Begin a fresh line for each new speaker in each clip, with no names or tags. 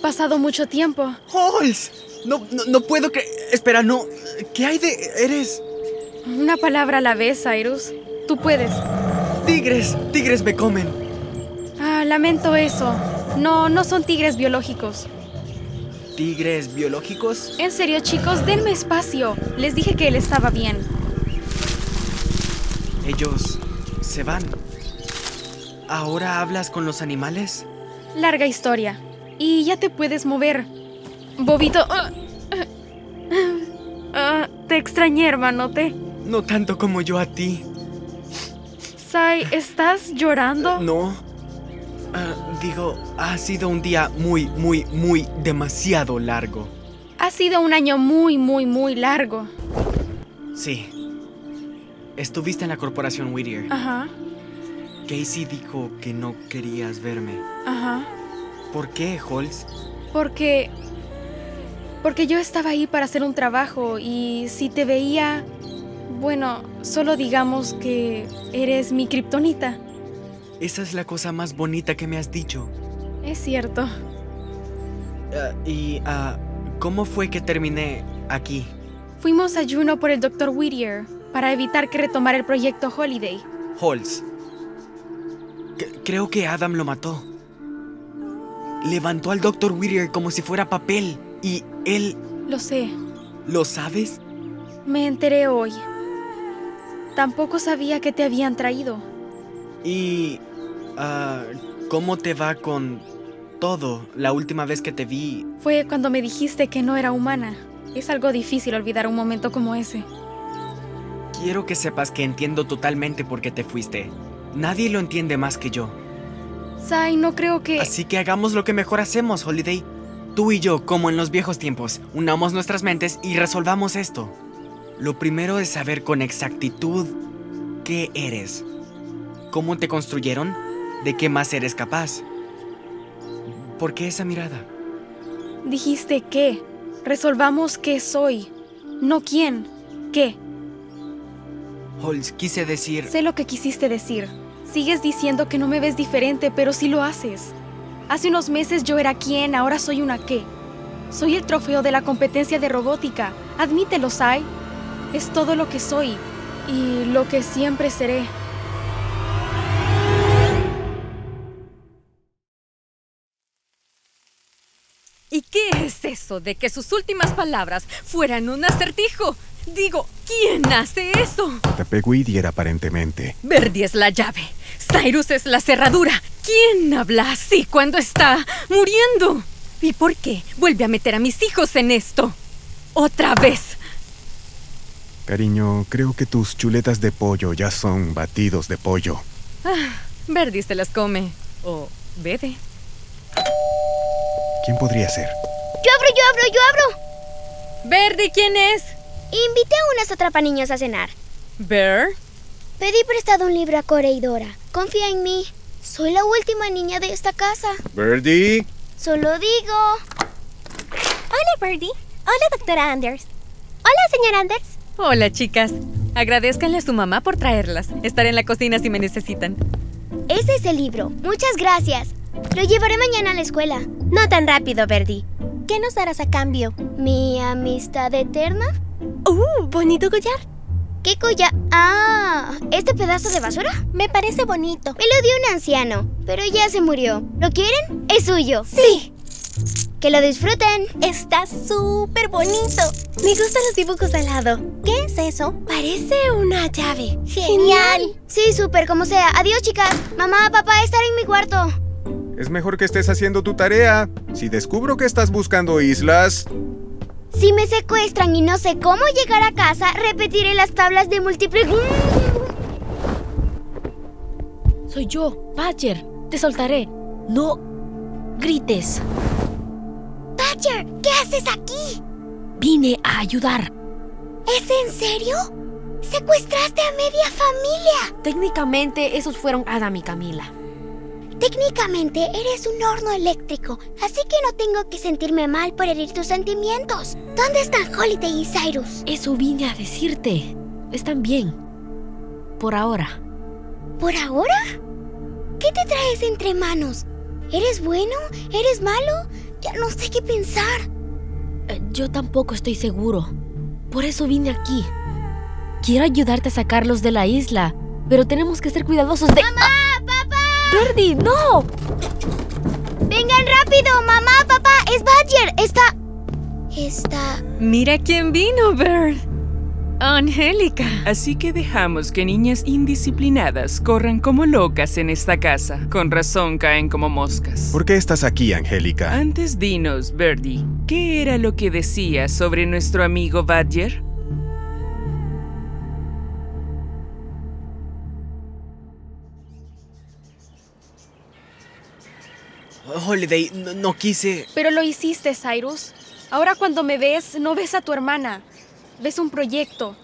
pasado mucho tiempo.
¡Halls! No, no, no puedo creer. Espera, no. ¿Qué hay de. Eres.
Una palabra a la vez, Cyrus. Tú puedes.
Tigres. Tigres me comen.
Ah, lamento eso. No, no son tigres biológicos.
¿Tigres biológicos?
En serio, chicos, denme espacio. Les dije que él estaba bien.
Ellos. se van. ¿Ahora hablas con los animales?
Larga historia. Y ya te puedes mover. Bobito. ah, ah, ah, te extrañé, hermanote.
No tanto como yo a ti.
Sai, ¿estás llorando?
No. Ah, digo, ha sido un día muy, muy, muy demasiado largo.
Ha sido un año muy, muy, muy largo.
Sí. Estuviste en la corporación Whittier.
Ajá,
Casey dijo que no querías verme.
ajá.
¿Por qué, Holz?
Porque... Porque yo estaba ahí para hacer un trabajo y si te veía... Bueno, solo digamos que eres mi kriptonita.
Esa es la cosa más bonita que me has dicho.
Es cierto.
Ah, ¿Y ah, cómo fue que terminé aquí?
Fuimos a Juno por el Dr. Whittier para evitar que retomara el proyecto Holiday.
Holz. C- creo que Adam lo mató. Levantó al Dr. Whittier como si fuera papel. Y él,
Lo sé,
¿lo sabes?
me enteré hoy. Tampoco sabía que te habían traído.
¿Y ah, cómo te va con todo? La última vez que te vi,
Fue cuando me dijiste que no era humana. Es algo difícil olvidar un momento como ese.
quiero que sepas que entiendo totalmente por qué te fuiste. Nadie lo entiende más que yo.
Sai, no creo que...
Así que hagamos lo que mejor hacemos, Holiday. Tú y yo, como en los viejos tiempos, unamos nuestras mentes y resolvamos esto. Lo primero es saber con exactitud qué eres, cómo te construyeron, de qué más eres capaz. ¿Por qué esa mirada?
Dijiste que. Resolvamos qué soy. No quién. ¿Qué?
Holz, quise decir...
Sé lo que quisiste decir. Sigues diciendo que no me ves diferente, pero sí lo haces. Hace unos meses yo era quién, ahora soy una qué. Soy el trofeo de la competencia de robótica. Admítelo, Sai. Es todo lo que soy y lo que siempre seré.
¿Y qué es eso de que sus últimas palabras fueran un acertijo? Digo, ¿quién hace eso?
Tapeguidier aparentemente.
Verdi es la llave. Cyrus es la cerradura. ¿Quién habla así cuando está muriendo? ¿Y por qué vuelve a meter a mis hijos en esto? Otra vez.
Cariño, creo que tus chuletas de pollo ya son batidos de pollo.
Ah, Verdi se las come. O bebe.
¿Quién podría ser?
Yo abro, yo abro, yo abro.
Verdi, ¿quién es?
Invité a unas atrapaniños a cenar.
Bear.
Pedí prestado un libro a Corey y Dora. Confía en mí. Soy la última niña de esta casa.
Birdie.
Solo digo. Hola, Birdie. Hola, doctora Anders. Hola, señor Anders.
Hola, chicas. Agradezcanle a su mamá por traerlas. Estaré en la cocina si me necesitan.
Ese es el libro. Muchas gracias. Lo llevaré mañana a la escuela. No tan rápido, Birdie. ¿Qué nos darás a cambio? ¿Mi amistad eterna?
¡Uh! Bonito collar.
¿Qué colla? Ah, ¿este pedazo de basura?
Me parece bonito.
Me lo dio un anciano, pero ya se murió. ¿Lo quieren? Es suyo. Sí. Que lo disfruten.
Está súper bonito. Me gustan los dibujos al lado. ¿Qué es eso? Parece una llave. Genial.
Sí, súper, como sea. Adiós, chicas. Mamá, papá, estar en mi cuarto.
Es mejor que estés haciendo tu tarea. Si descubro que estás buscando islas...
Si me secuestran y no sé cómo llegar a casa, repetiré las tablas de múltiples.
Soy yo, Badger. Te soltaré. No grites.
Badger, ¿qué haces aquí?
Vine a ayudar.
¿Es en serio? Secuestraste a media familia.
Técnicamente esos fueron Adam y Camila.
Técnicamente eres un horno eléctrico, así que no tengo que sentirme mal por herir tus sentimientos. ¿Dónde están Holiday y Cyrus?
Eso vine a decirte. Están bien. Por ahora.
¿Por ahora? ¿Qué te traes entre manos? ¿Eres bueno? ¿Eres malo? Ya no sé qué pensar.
Eh, Yo tampoco estoy seguro. Por eso vine aquí. Quiero ayudarte a sacarlos de la isla, pero tenemos que ser cuidadosos de... ¡Mamá! ¡Papá! ¡Birdie, no!
Vengan rápido, mamá, papá. Es Badger. Está... Está...
Mira quién vino, Bird. Angélica.
Así que dejamos que niñas indisciplinadas corran como locas en esta casa. Con razón caen como moscas.
¿Por qué estás aquí, Angélica?
Antes dinos, Birdie, ¿qué era lo que decía sobre nuestro amigo Badger?
Holiday, no, no quise...
Pero lo hiciste, Cyrus. Ahora cuando me ves, no ves a tu hermana. Ves un proyecto,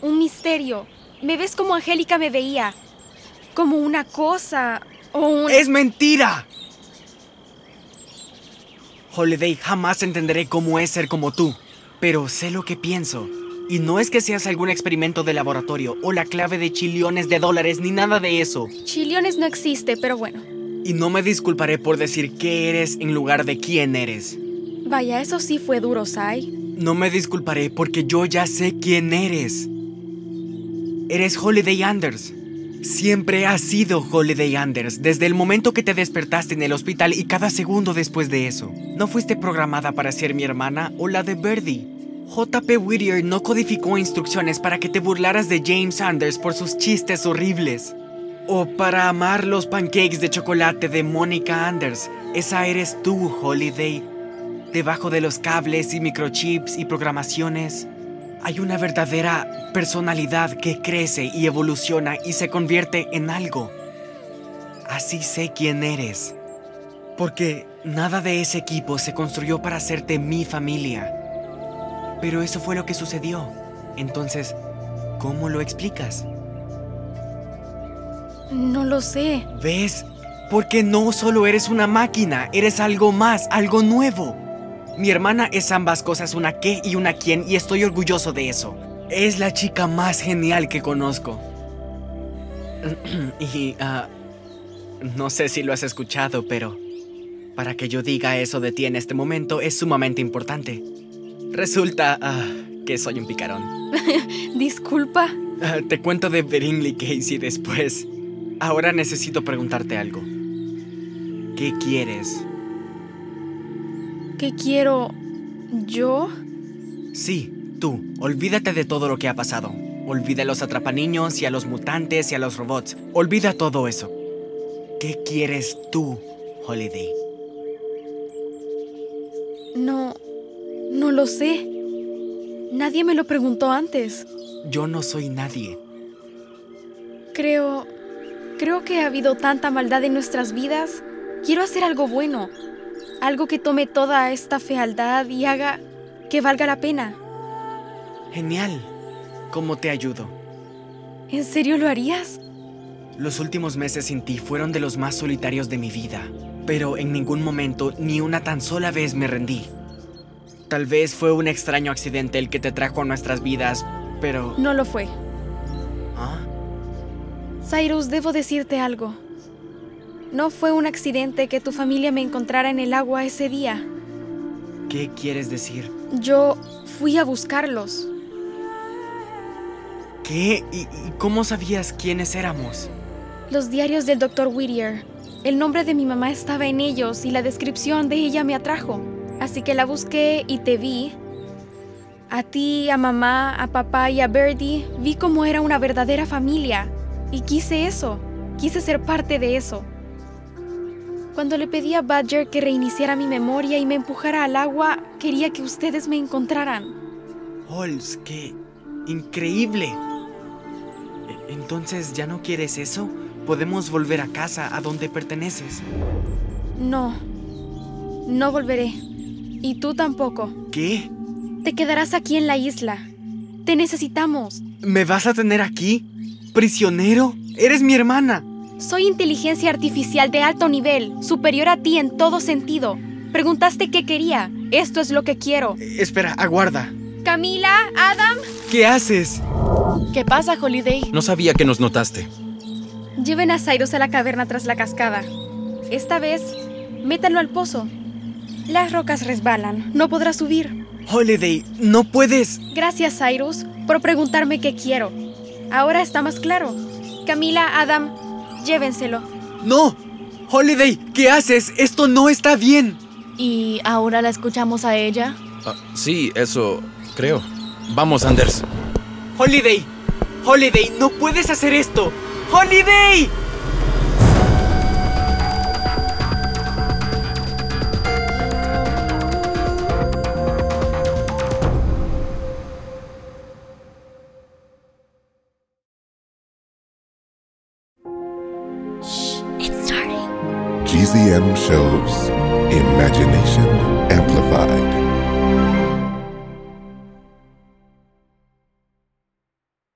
un misterio. Me ves como Angélica me veía. Como una cosa o un...
¡Es mentira! Holiday, jamás entenderé cómo es ser como tú, pero sé lo que pienso. Y no es que seas algún experimento de laboratorio o la clave de chiliones de dólares ni nada de eso.
Chiliones no existe, pero bueno.
Y no me disculparé por decir qué eres en lugar de quién eres.
Vaya, eso sí fue duro, Sai.
No me disculparé porque yo ya sé quién eres. Eres Holiday Anders. Siempre has sido Holiday Anders, desde el momento que te despertaste en el hospital y cada segundo después de eso. No fuiste programada para ser mi hermana o la de Birdie. JP Whittier no codificó instrucciones para que te burlaras de James Anders por sus chistes horribles. O para amar los pancakes de chocolate de Monica Anders. Esa eres tú, Holiday Debajo de los cables y microchips y programaciones, hay una verdadera personalidad que crece y evoluciona y se convierte en algo. Así sé quién eres. Porque nada de ese equipo se construyó para hacerte mi familia. Pero eso fue lo que sucedió. Entonces, ¿cómo lo explicas?
No lo sé.
¿Ves? Porque no solo eres una máquina, eres algo más, algo nuevo. Mi hermana es ambas cosas, una qué y una quién, y estoy orgulloso de eso. Es la chica más genial que conozco. y, ah, no sé si lo has escuchado, pero... Para que yo diga eso de ti en este momento es sumamente importante. Resulta ah, que soy un picarón.
Disculpa.
Ah, te cuento de Beringley Casey después. Ahora necesito preguntarte algo. ¿Qué quieres?
¿Qué quiero yo?
Sí, tú. Olvídate de todo lo que ha pasado. Olvida a los atrapaniños y a los mutantes y a los robots. Olvida todo eso. ¿Qué quieres tú, Holiday?
No, no lo sé. Nadie me lo preguntó antes.
Yo no soy nadie.
Creo... Creo que ha habido tanta maldad en nuestras vidas. Quiero hacer algo bueno. Algo que tome toda esta fealdad y haga que valga la pena.
Genial. ¿Cómo te ayudo?
¿En serio lo harías?
Los últimos meses sin ti fueron de los más solitarios de mi vida, pero en ningún momento ni una tan sola vez me rendí. Tal vez fue un extraño accidente el que te trajo a nuestras vidas, pero...
No lo fue.
¿Ah?
Cyrus, debo decirte algo. No fue un accidente que tu familia me encontrara en el agua ese día.
¿Qué quieres decir?
Yo fui a buscarlos.
¿Qué? ¿Y, y cómo sabías quiénes éramos?
Los diarios del Dr. Whittier. El nombre de mi mamá estaba en ellos y la descripción de ella me atrajo. Así que la busqué y te vi. A ti, a mamá, a papá y a Birdie vi cómo era una verdadera familia. Y quise eso. Quise ser parte de eso. Cuando le pedí a Badger que reiniciara mi memoria y me empujara al agua, quería que ustedes me encontraran.
Holmes, qué increíble. E- Entonces, ¿ya no quieres eso? Podemos volver a casa, a donde perteneces.
No. No volveré. Y tú tampoco.
¿Qué?
Te quedarás aquí en la isla. Te necesitamos.
¿Me vas a tener aquí? ¿Prisionero? Eres mi hermana.
Soy inteligencia artificial de alto nivel, superior a ti en todo sentido. Preguntaste qué quería. Esto es lo que quiero.
Eh, espera, aguarda.
Camila, Adam,
¿Qué haces?
¿Qué pasa, Holiday?
No sabía que nos notaste.
lleven a Cyrus a la caverna tras la cascada. Esta vez, métanlo al pozo. Las rocas resbalan. No podrás subir.
Holiday, no puedes.
Gracias, Cyrus, por preguntarme qué quiero. Ahora está más claro. Camila, Adam, llévenselo.
No. Holiday, ¿qué haces? Esto no está bien.
¿Y ahora la escuchamos a ella?
Ah, sí, eso creo. Vamos, Anders.
Holiday. Holiday, no puedes hacer esto. Holiday.
GZM shows Imagination Amplified.